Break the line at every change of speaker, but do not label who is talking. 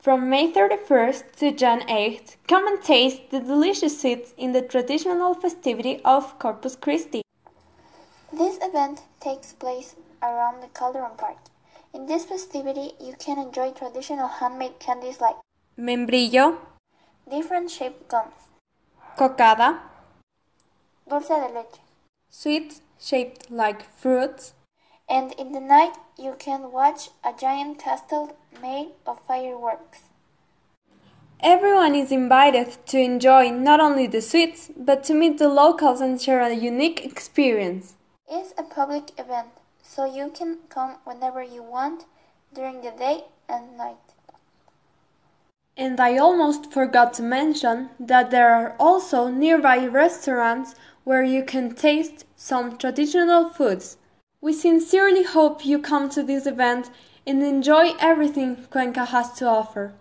From May 31st to June 8th, come and taste the delicious sweets in the traditional festivity of Corpus Christi.
This event takes place around the Calderon Park. In this festivity, you can enjoy traditional handmade candies like
membrillo,
different shaped gums,
cocada,
dulce de leche,
sweets shaped like fruits,
and in the night, you can watch a giant castle made of fireworks.
Everyone is invited to enjoy not only the sweets, but to meet the locals and share a unique experience.
It's a public event, so you can come whenever you want during the day and night.
And I almost forgot to mention that there are also nearby restaurants where you can taste some traditional foods. We sincerely hope you come to this event and enjoy everything Cuenca has to offer.